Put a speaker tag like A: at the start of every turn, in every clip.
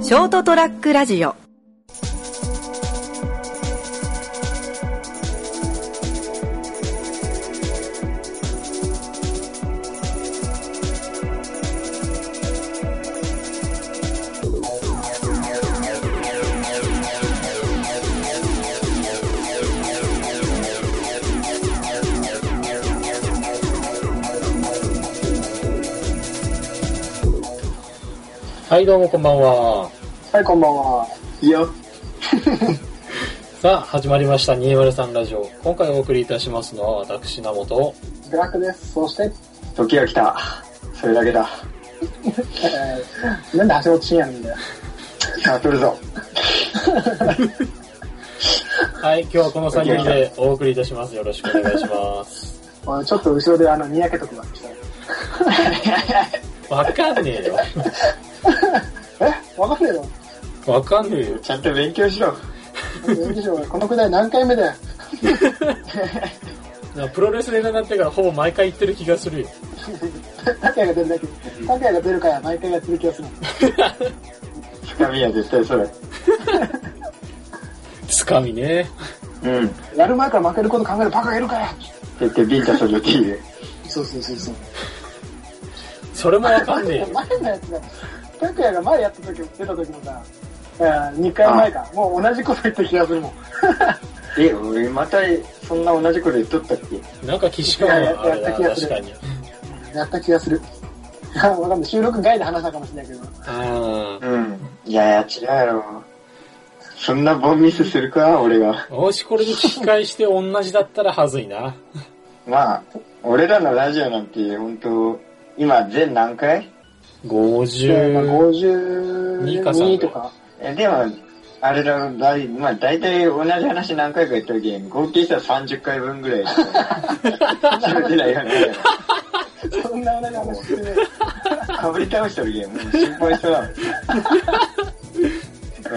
A: ショートトラックラジオ
B: はい、どうもこんばんは。
C: はい、こんばんは。いや、
B: さあ、始まりました203ラジオ。今回お送りいたしますのは私、名本。
C: ブラックです。そして、
D: 時が来た。それだけだ。
C: えー、なんで橋本真也なんだよ。
D: さあ、取るぞ。
B: はい、今日はこの3人でお送りいたします。よろしくお願いし ます。
C: おいちょっと後ろであの、にやけとくわ。
B: わ かんねえよ。
C: えわかんねえだろ。
B: わかんねえよ。
D: ちゃんと勉強しろ。
C: 演技賞、このくらい何回目だよ。
B: なプロレスでなってからほぼ毎回言ってる気がするよ。
C: 拓也が出るだけ。拓也が出るから毎回やってる気がする。
D: つかみは絶対それ。
B: つかみね。
D: うん。って
C: やる前から負けること考えるバカがいるから。
D: 言って、ビンタする気で。
C: そうそうそうそう。
B: それもわかんねえ
C: 前
B: よ。
C: のやつが、拓也が前やった時、出た時もさ、2回前か。もう同じこと言った気がするもん。
D: え、俺また、そんな同じこと言っとったっけ
B: なんか岸川のあれだ
C: いやいや
B: な、
C: やった
B: 確
C: 気
B: か
C: が
B: に。
C: やった気がする。 わかんない。収録外で話したかもしれないけど。
B: あ
D: うん。いやいや、違うやろ。そんなボンミスするか、俺が。
B: ー。もしこれで聞き返して同じだったらはずい な。
D: まあ、俺らのラジオなんて、本当今、全何回
C: でまあ
B: 50。
C: 52
B: か3
C: とか。
D: え、でも、あれだろ、だい、まあ、大体同じ話何回か言ったけん、合計したら30回分ぐらいしか。喋ってないよね。
C: そんな同じ話してね。
D: かぶり倒してるゲーム、もう心配した な。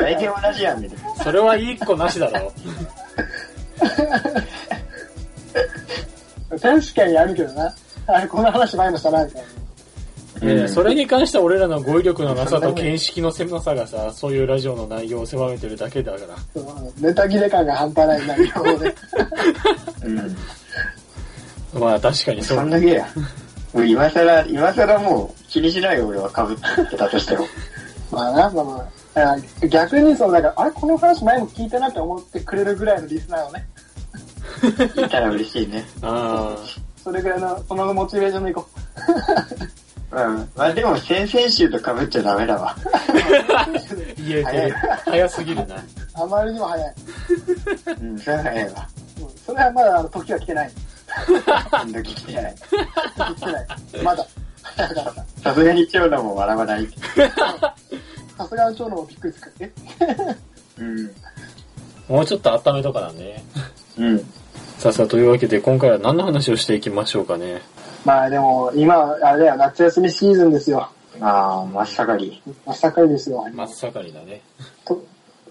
D: 大体同じやん、みたいな。
B: それは一個なしだろ。
C: 確かにあるけどな。あれ、この話前もしたな、みたい
B: ね
D: うん
B: それに関しては俺らの語彙力のなさと見識の狭さがさ、そういうラジオの内容を狭めてるだけだから。
C: な。ネタ切れ感が半端ないな、日本 で。
D: うん。
B: まあ確かにそ
D: そん
B: う。
D: だけや。もう今さら、今さらもう気にしないよ、俺はかぶってたとして も。
C: まあな、まあまあ。あ逆にその、なんか、あれ、この話前も聞いたなって思ってくれるぐらいのリスナーをね。
D: いたら嬉しいね。
B: あ
C: それぐらいの、そのモチベーションでいこ
D: うん。まあでも先々週とかぶっちゃダメだ わ。
B: あ。言えてる。早すぎるな。
C: う。あまりにも早い。
D: うん、それは早いわ。
C: うんそれはまだあの時は来てない。
D: 今度聞きてない。
C: 時来てない。まだ。 だからさ
D: さすがに長男も笑わない。
C: さすがの長野もびっくりする。え
D: うん。
B: もうちょっと温めとかだね。
D: うん。
B: さあさあ、というわけで今回は何の話をしていきましょうかね。
C: まあでも、今は、あれだよ、夏休みシーズンですよ。
D: まあ、真っ盛り。
C: 真っ盛りですよ。
B: 真っ盛りだね。
C: と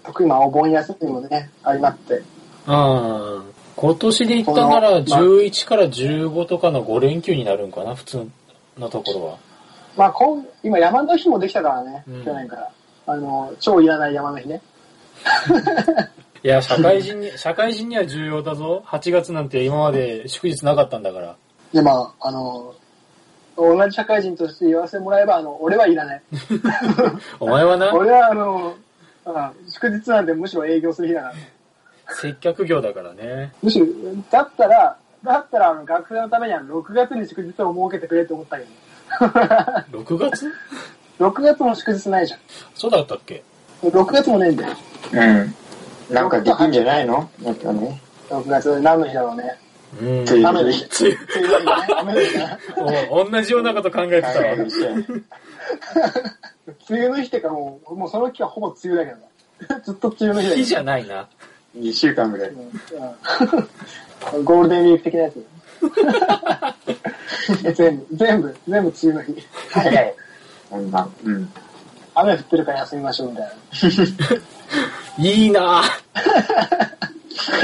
C: 特にまあお盆休みもね、相まって。
B: ああ。今年で言ったなら11から15とかの5連休になるんかな、普通のところは。
C: まあ今、今山の日もできたからね、
B: うん
C: 去年から。あの、超いらない山の日ね。
B: いや、社会人に、 社会人には重要だぞ。8月なんて今まで祝日なかったんだから。
C: で、まあ、あの、同じ社会人として言わせてもらえば、あの、俺はいらない。
B: お前はな、
C: 俺はあの、あ祝日なんてむしろ営業する日だから。
B: 接客業だから ね。
C: むしろ、だったら、だったらあの学生のためには6月に祝日を設けてくれって思ったけど。
B: 6月
C: 6月も祝日ないじゃ
B: そうだったっけ
C: ん。6月もねえんだよ。
D: うん。なんかできんじゃないのなんかね。
C: 6月、何の日だろうね。
B: うん。
D: つい
C: 雨でしょ
B: つい
C: 梅雨だね雨だね
B: お同じようなこと考えてた
D: 考
B: わ
D: え。てみて
C: 梅雨の日ってかもう、もうその期はほぼ梅雨だけどな。ずっと梅雨の日だけ
B: 日
C: ど。
B: じゃないな。
D: 2週間ぐらい。
C: うんうんゴールデンウィーク的なやつ。全部、全部、全部梅雨の日。
D: 早い。こんな。うん。
C: 雨降ってるから休みましょうみたい
B: いい なぁ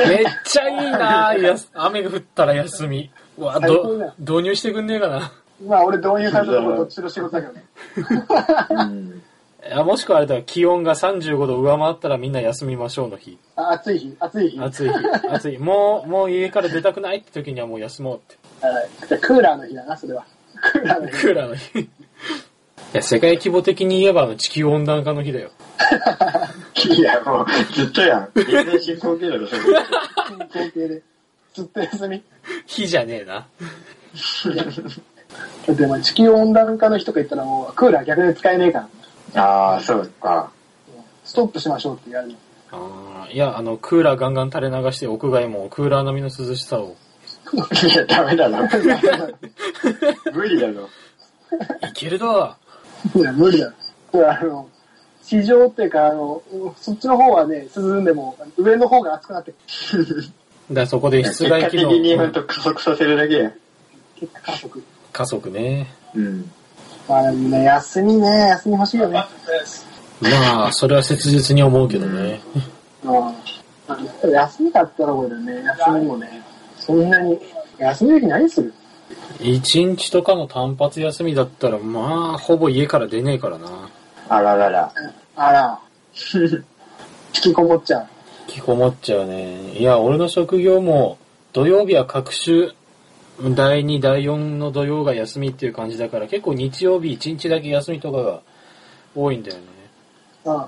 B: めっちゃいいなぁやす雨が降ったら休み。うわ、
C: 最高
B: ど
C: だ、
B: 導入してくんねえかな。
C: な。まあ俺導入されたところどっちの仕事だけどね。
D: うん。
B: えあもしくはあれだよ、気温が35度上回ったらみんな休みましょうの日。
C: あ暑い日、暑い日。
B: 暑い日、暑い。もう、もう家から出たくないって時にはもう休もうって。
C: はいじゃあクーラーの日だな、それは。クーラーの日。
B: クーラーの日。いや、世界規模的に言えばあの地球温暖化の日だよ。
D: いや、もう、ずっとや ん。全然進行形だろ、それ。
C: 休憩で。ずっと休み。
B: 日じゃねえな。
C: だって、まあ、地球温暖化の日とか言ったらもう、クーラー逆に使えねえから。
D: ああ、そうか。
C: ストップしましょうって言われる。
B: あーいや、あの、クーラーガンガン垂れ流して屋外もクーラー並みの涼しさを
D: いや、ダメ だろ。無理だろ。
B: いけるだ
C: いや、無理だ。だからあの、地上っていうか、あの、そっちの方はね、涼んでも、上の方が暑くなって、
B: だそこで室
D: 結果
B: 外
D: 的
B: 機能
D: に本当加速させるだけや。
C: 結果加速。
B: 加速ね。
D: うん。
C: まあ、みんな休みね、休み欲しいよね。
B: まあ、それは切実に思うけどね。
C: うん。休みだったらこれね、休みもね、そんなに、休みの日何する
B: 一日とかの単発休みだったら、まあ、ほぼ家から出ねえからな。
D: あららら。
C: あら、 引きこもっちゃう。
B: 引きこもっちゃうね。いや、俺の職業も、土曜日は各週、第2、第4の土曜が休みっていう感じだから、結構日曜日一日だけ休みとかが多いんだよね。
C: うん。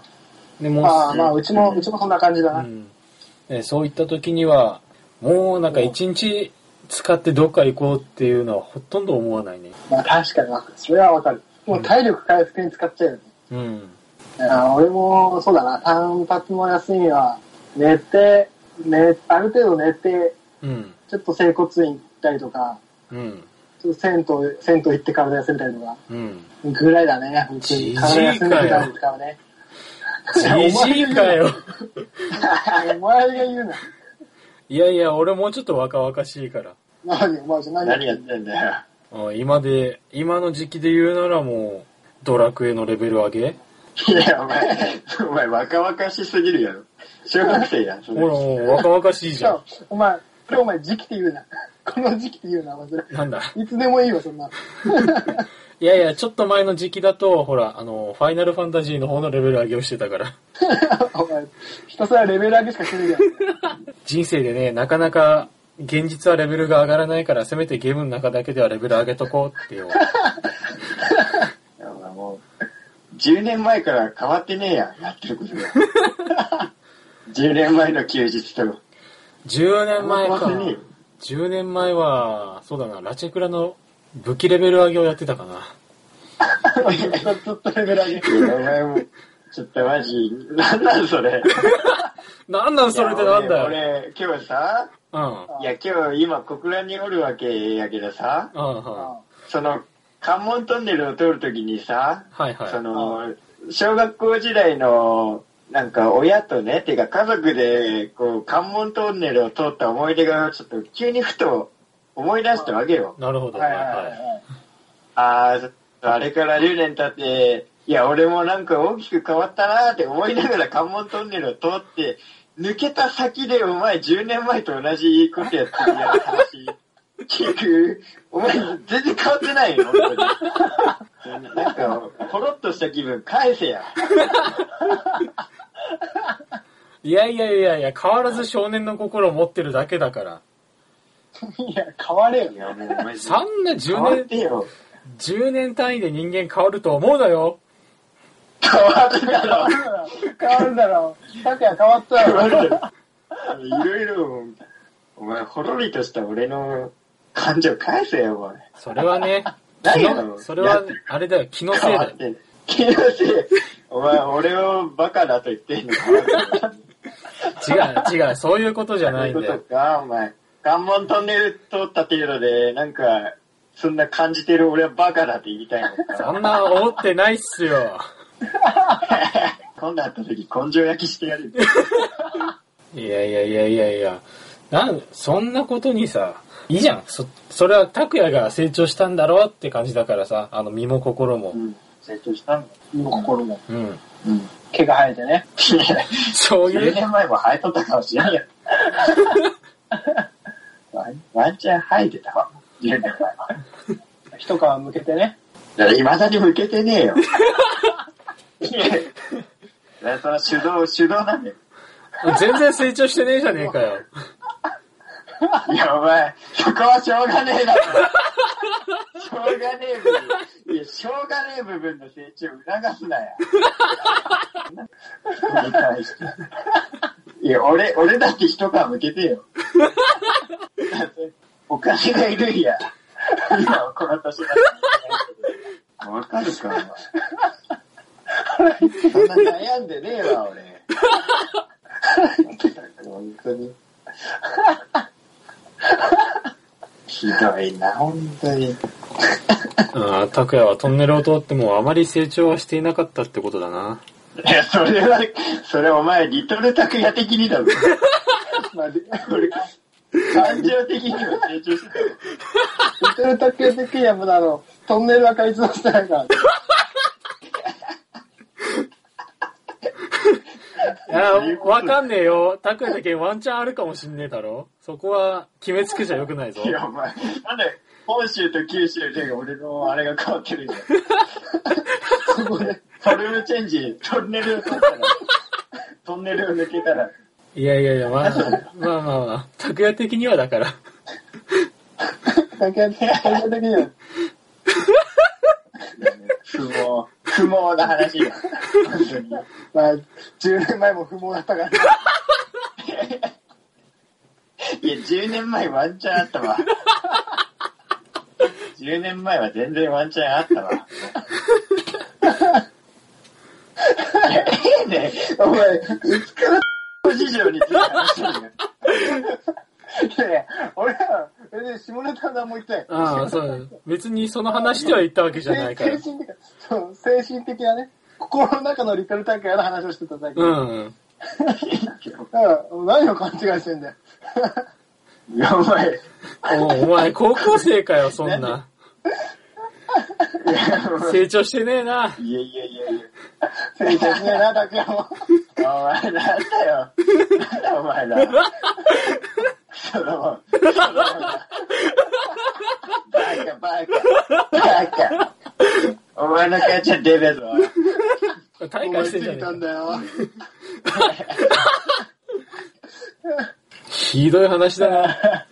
B: でもう
C: ああ、まあ、うちも、うちもそんな感じだな。
B: うんでそういった時には、もうなんか一日使ってどっか行こうっていうのはほとんど思わないね。
C: まあ、確かにわかる。それはわかる。もう体力回復に使っちゃうよね。
B: うん。
C: いや俺も、そうだな、単発の休みは、寝て、寝、ある程度寝て、
B: うん。
C: ちょっと整骨院行ったりとか、
B: うん。
C: ちょっと銭湯、銭湯行って体休めたりとか、
B: うん。
C: ぐらいだね、本当に。体休めてたりとかはね。
B: じ じいかよ。
C: お前が言うな。
B: いやいや、俺もうちょっと若々しいから。
C: 何お前じゃ何
D: 何やってんだよ。
B: あ今で、今の時期で言うならもう、ドラクエのレベル上げ
D: いや、お前、お前、若々しすぎるやろ。小学生やん、そ
B: ほ
D: れ
B: ら、もう若々しいじゃん。
C: お前、これお前時期って言うな。この時期って言うな、お前それ。
B: なんだ。
C: いつでもいいよ、そんな。
B: いやいや、ちょっと前の時期だと、ほら、あの、ファイナルファンタジーの方のレベル上げをしてたから。
C: お前、ひたすらレベル上げしかし てないじゃん。
B: 人生でね、なかなか、現実はレベルが上がらないから、せめてゲームの中だけではレベル上げとこうってよ。
D: いやお前もう、10年前から変わってねえやん、やってることが。10年前の休日と。
B: 10年前か
D: 本当 に。
B: 10年前は、そうだな、ラチェクラの武器レベル上げをやってたかな。
C: ずっとずっとレベル上げ。
D: いやお前も、ちょっとマジ、なんなんそれ。
B: なんなんそれってなんだ
D: い
B: よ。
D: や俺、俺今日さ、
B: うん。
D: いや、今日今、小倉におるわけやけどさ、
B: うんうん。
D: その、関門トンネルを通るときにさ、
B: はいはい。
D: その、小学校時代の、なんか親とね、てか家族で、こう、関門トンネルを通った思い出が、ちょっと急にふと思い出したわけよ。
B: なるほど。
C: は
B: はいい
C: はいはい
B: は
C: はい。
D: あーあれから10年経って、いや、俺もなんか大きく変わったなーって思いながら関門トンネルを通って、抜けた先でお前10年前と同じことやってるやん話。聞く。お前全然変わってないよ、本当に。なんか、ほろっとした気分返せや。
B: い。いやいやいやいや、変わらず少年の心を持ってるだけだから。
C: いや、変われよ
D: い。や、もうお前、
B: そんな
D: 変わっ
B: 10年、
D: てよ。
B: 10年単位で人間変わると思うなよ。
D: 変わるだろ。
C: 変わるだろう。拓也変わった
D: 変わ
C: よ。
D: るだろ。いろいろ、お前、ほろりとした俺の感情返せよ、お前。
B: それはね、
D: 何
B: 気
D: や
B: の、それは、あれだよ、気のせいだよ。
D: て気のせい。お前、俺をバカだと言ってんのか
B: 違う、違う、そういうことじゃ
D: そう
B: ないい
D: うんこ
B: だ
D: と
B: よ。
D: か、お前。関門トンネル通ったっていうので、なんか、そんな感じてる俺はバカだって言いたいの
B: そ
D: か。
B: んな思ってないっすよ。
D: 今度会った時、根性焼きしてやる。
B: いやいやいやいやいや。なん、そんなことにさ、いいじゃん。そ、それは拓也が成長したんだろうって感じだからさ、あの身も心も
D: う。ん。成長したんだ。
C: もう心も。
B: うん。
D: うん。
C: 毛が生えてね。
B: そうい
D: 10
B: う、
D: 年前も生えとったかもしれん よ。ワンワンチャン生えてたわ。10年前は。
C: 一皮むけてね。
D: いまだに向けてねえよ。や、その手動、手動なんだよ。
B: 全然成長してねえじゃねえかよ。
D: いや、お前、そこはしょうがねえだろ。しょうがねえ部分。いや、しょうがねえ部分の成長を促すなや。に対して。いや、俺、俺だって一皮向けてよ。だってお金がいるんや。今、この年だって。わかるか、お前。そんな悩んでねえわ、俺。本当に。ひどいな、本当に。
B: ああ、拓也はトンネルを通ってもあまり成長はしていなかったってことだな。
D: いや、それは、それお前、リトルタクヤ的にだろ。まあ、で俺、感情的には成長してたよ。
C: リトルタクヤテクヤもあの、トンネルは開通してないから。
B: いや、わかんねえよ。拓也だけワンチャンあるかもしんねえだろ。そこは決めつけちゃよくないぞ。
D: いや、お前、なんで、本州と九州で俺のあれが変わってるんだよ。そこで、トルネルチェンジ、トンネルを取 ったら、トンネルを抜けたら、
B: いやいやいや、まあ、まあまあまあ、拓也的にはだから。
C: タクヤテクヤは。
D: 不毛、不毛な話だ。本当に。
C: まあ、10年前も不毛だったから。
D: いや、10年前ワンチャンあったわ。10年前は全然ワンチャンあったわ。いやええねお前、いつから事情について話してる
C: い
D: の
C: やいや、俺は、別に下ネタは何も言ってない。
B: ああ、そう。別にその話では言ったわけじゃないから
C: 精。神的な、そう、精神的なね、心の中のリトルタクヤの話をしてただけ。
B: うん。
C: だから、何を勘違いしてんだよ。
D: いや、お前、い
B: おお前、高校生かよ、そんな。
D: やお前
B: 成長してねえな。
D: いやいやいやい
C: 成長しねえな、タクヤも。
D: や、お前なんだよ。なんだお前ら。その、その、バカバカ。バカ。お前の母ちゃんデベぞ。
B: 大
C: 思
B: 会
C: い
B: し
C: つ
B: てんじゃ
C: い
B: ね
C: たん
B: え
C: だよ。
B: ひどい話だな。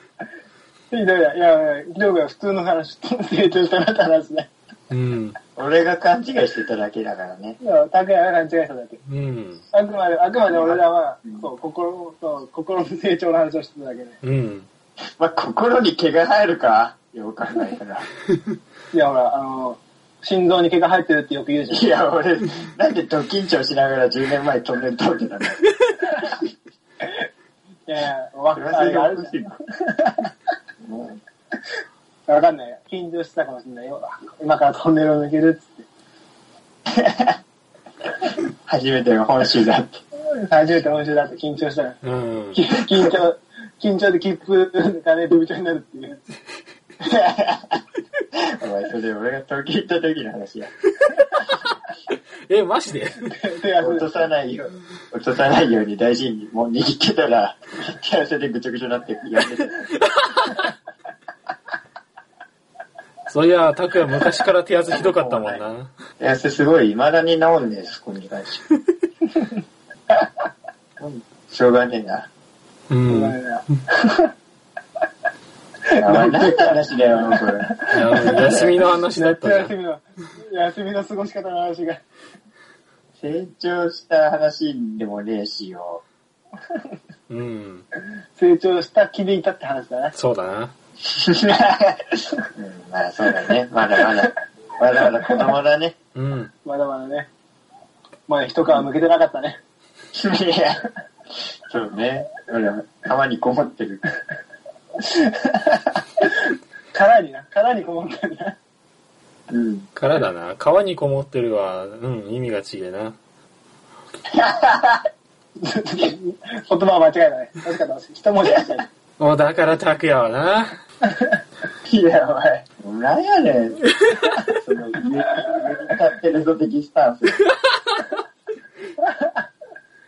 C: ひどいや、いや、ひどいや、普通の話、成長したなって話ね。
B: うん。
D: 俺が勘違いしてただけだからね。
C: いや、タクヤが勘違いしただけ。
B: うん。
C: あくまで、あくまで俺らは、そう、心、そう、心の成長の話をしてただけで。
B: うん。
D: まあ、心に毛が入るかよくわかんないから。
C: いや、ほら、あの、心臓に毛が入ってるってよく言うじゃん
D: い。や、俺、なんでド緊張しながら10年前トンネル通ってたんだよ。
C: いやいや、わかん
D: そ
C: な
D: れ
C: い。あ
D: が
C: れ
D: おかしいな
C: わかんない。緊張してたかもしれないよ。今からトンネルを抜けるっつっ
D: 初めての本州だって。
C: て。初めて本州だって緊張したら、
B: うん。
C: き緊張、緊張で切符がね、部長になるっていう。
D: お前、それ俺が東京行った時の話や。
B: え、マジで
C: 手汗
D: 落とさないように、落とさないように大事にもう握ってたら、手汗でぐちょぐちょになってやめてた。
B: そういや、拓也昔から手汗ひどかったもんな。
D: いや、すごい、未だに治んねえ、そこに関して。うんしょうがねえな。
B: う。
C: うん
B: い
D: お前、何の話だよ、これ。
B: や休みの話だったじゃ
C: 休
B: ん。
C: みの、休みの過ごし方の話が。
D: 成長した話でもねえしよ。
B: うん。
C: 成長した気でいたって話だ な。
B: そうだな。
D: うん、まあそうだね。まだまだ。まだまだ子供だ ね。
B: うん。
C: まだまだね。まだ一皮向けてなかったね。
D: いや、そうね。俺は川にこもってる。
C: 殻にな、殻にこもったんだ。
D: うん。
B: からだな。川にこもってるは、うん、意味が違えな。
C: 言葉は間違えたね。確かに一文字間違えた。
B: もうだから拓也はな。
D: いや、お前。なんやねん。その、上に上に立ってるぞ的スタンス。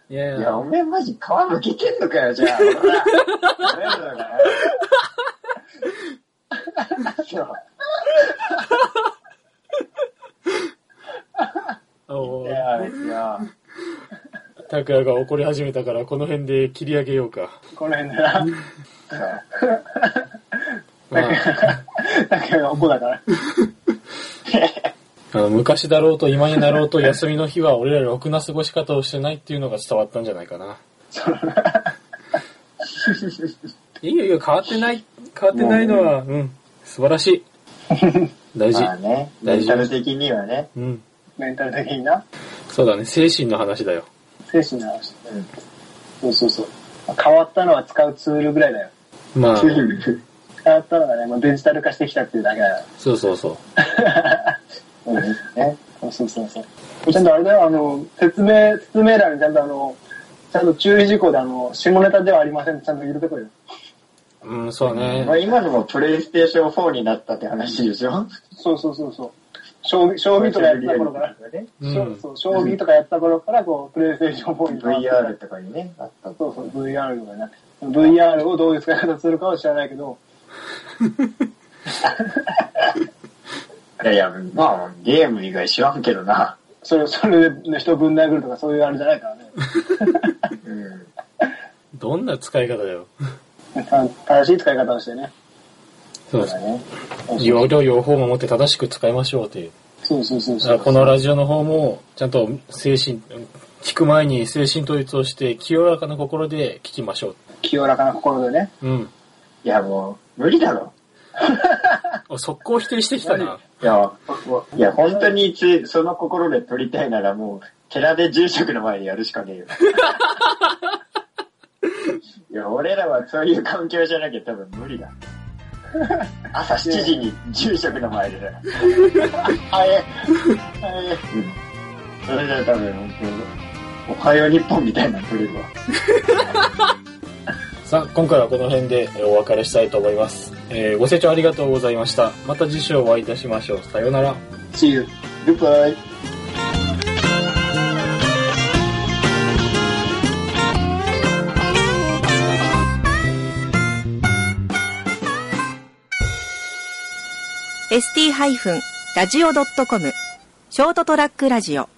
B: いや
D: い
B: い
D: や、
B: や
D: お、めえマジ川向けてんのかよ、じゃあ。お前らだからそう
B: お
D: いや、あいつよ。
B: 拓也が怒り始めたからこの辺で切り上げよう か。
C: この辺でな。
D: そう
B: まあ、
C: だから怒だから。
B: あの昔だろうと今になろうと休みの日は俺らろくな過ごし方をしてないっていうのが伝わったんじゃないかな。いいよいいよ、変わってない、変わってないのは、うん、素晴らし い。大事
D: ま。あね、メ
B: 大
D: ン
B: 事
D: タル的にはね。
B: うん。
C: メンタル的にな。
B: そうだね、精神の話だよ。
C: 精神の話。
D: うん。
C: そうそうそう。変わったのは使うツールぐらいだよ。
B: まあ、
C: 変わったのがね、もうデジタル化してきたっていうだけだよ。
B: そうそうそう。
D: うんね。
C: そうそうそうそう。ちゃんとあれだよ、あの、説明、説明欄にちゃんとあの、ちゃんと注意事項であの、下ネタではありませんってちゃんと入れてこいよ。
B: うん、そうね
D: ま。あ今のもプレイステーション4になったって話でしょ
C: そうそうそうそう。将棋、将棋とかやってた頃から、
B: うん
C: そうそう、将棋とかやってた頃から、こう、プレイステーション4に変わって
D: VR とかにね、あった
C: そうそう、VR とかね。VR をどういう使い方するかは知らないけど、
D: いやいや、まあ、ゲーム以外知らんけどな。
C: それ、それで人ぶん殴るとかそういうあれじゃないからね。
D: うん。
B: どんな使い方だよ。
C: た 正しい使い方をしてね。
B: そう
D: そうだね。
B: 容量用法を守って正しく使いましょうっていう。
C: そうそうそう
B: だか
C: そ
B: ら
C: う。
B: このラジオの方も、ちゃんと精神、聞く前に精神統一をして、清らかな心で聞きましょ
C: 清らかな心でね。
B: う。うん。
D: いや、もう、無理だろ。
B: お速攻否定してきたな。
D: いや、いや、本当につ、その心で撮りたいならもう、寺で住職の前でやるしかねえ よ。いや、俺らはそういう環境じゃなきゃ多分無理だ。 朝7時に住職の前 でだよ。
C: あえ、あえ。
D: それじゃ多分、本当におはよう日本みたいなの撮れるわ。
B: さあ、今回はこの辺でえーお別れしたいと思います。えーご清聴ありがとうございました。また次週お会いいたしましょう。さようなら。
C: See you.
D: Goodbye.
A: ST-radio.com ショートトラックラジオ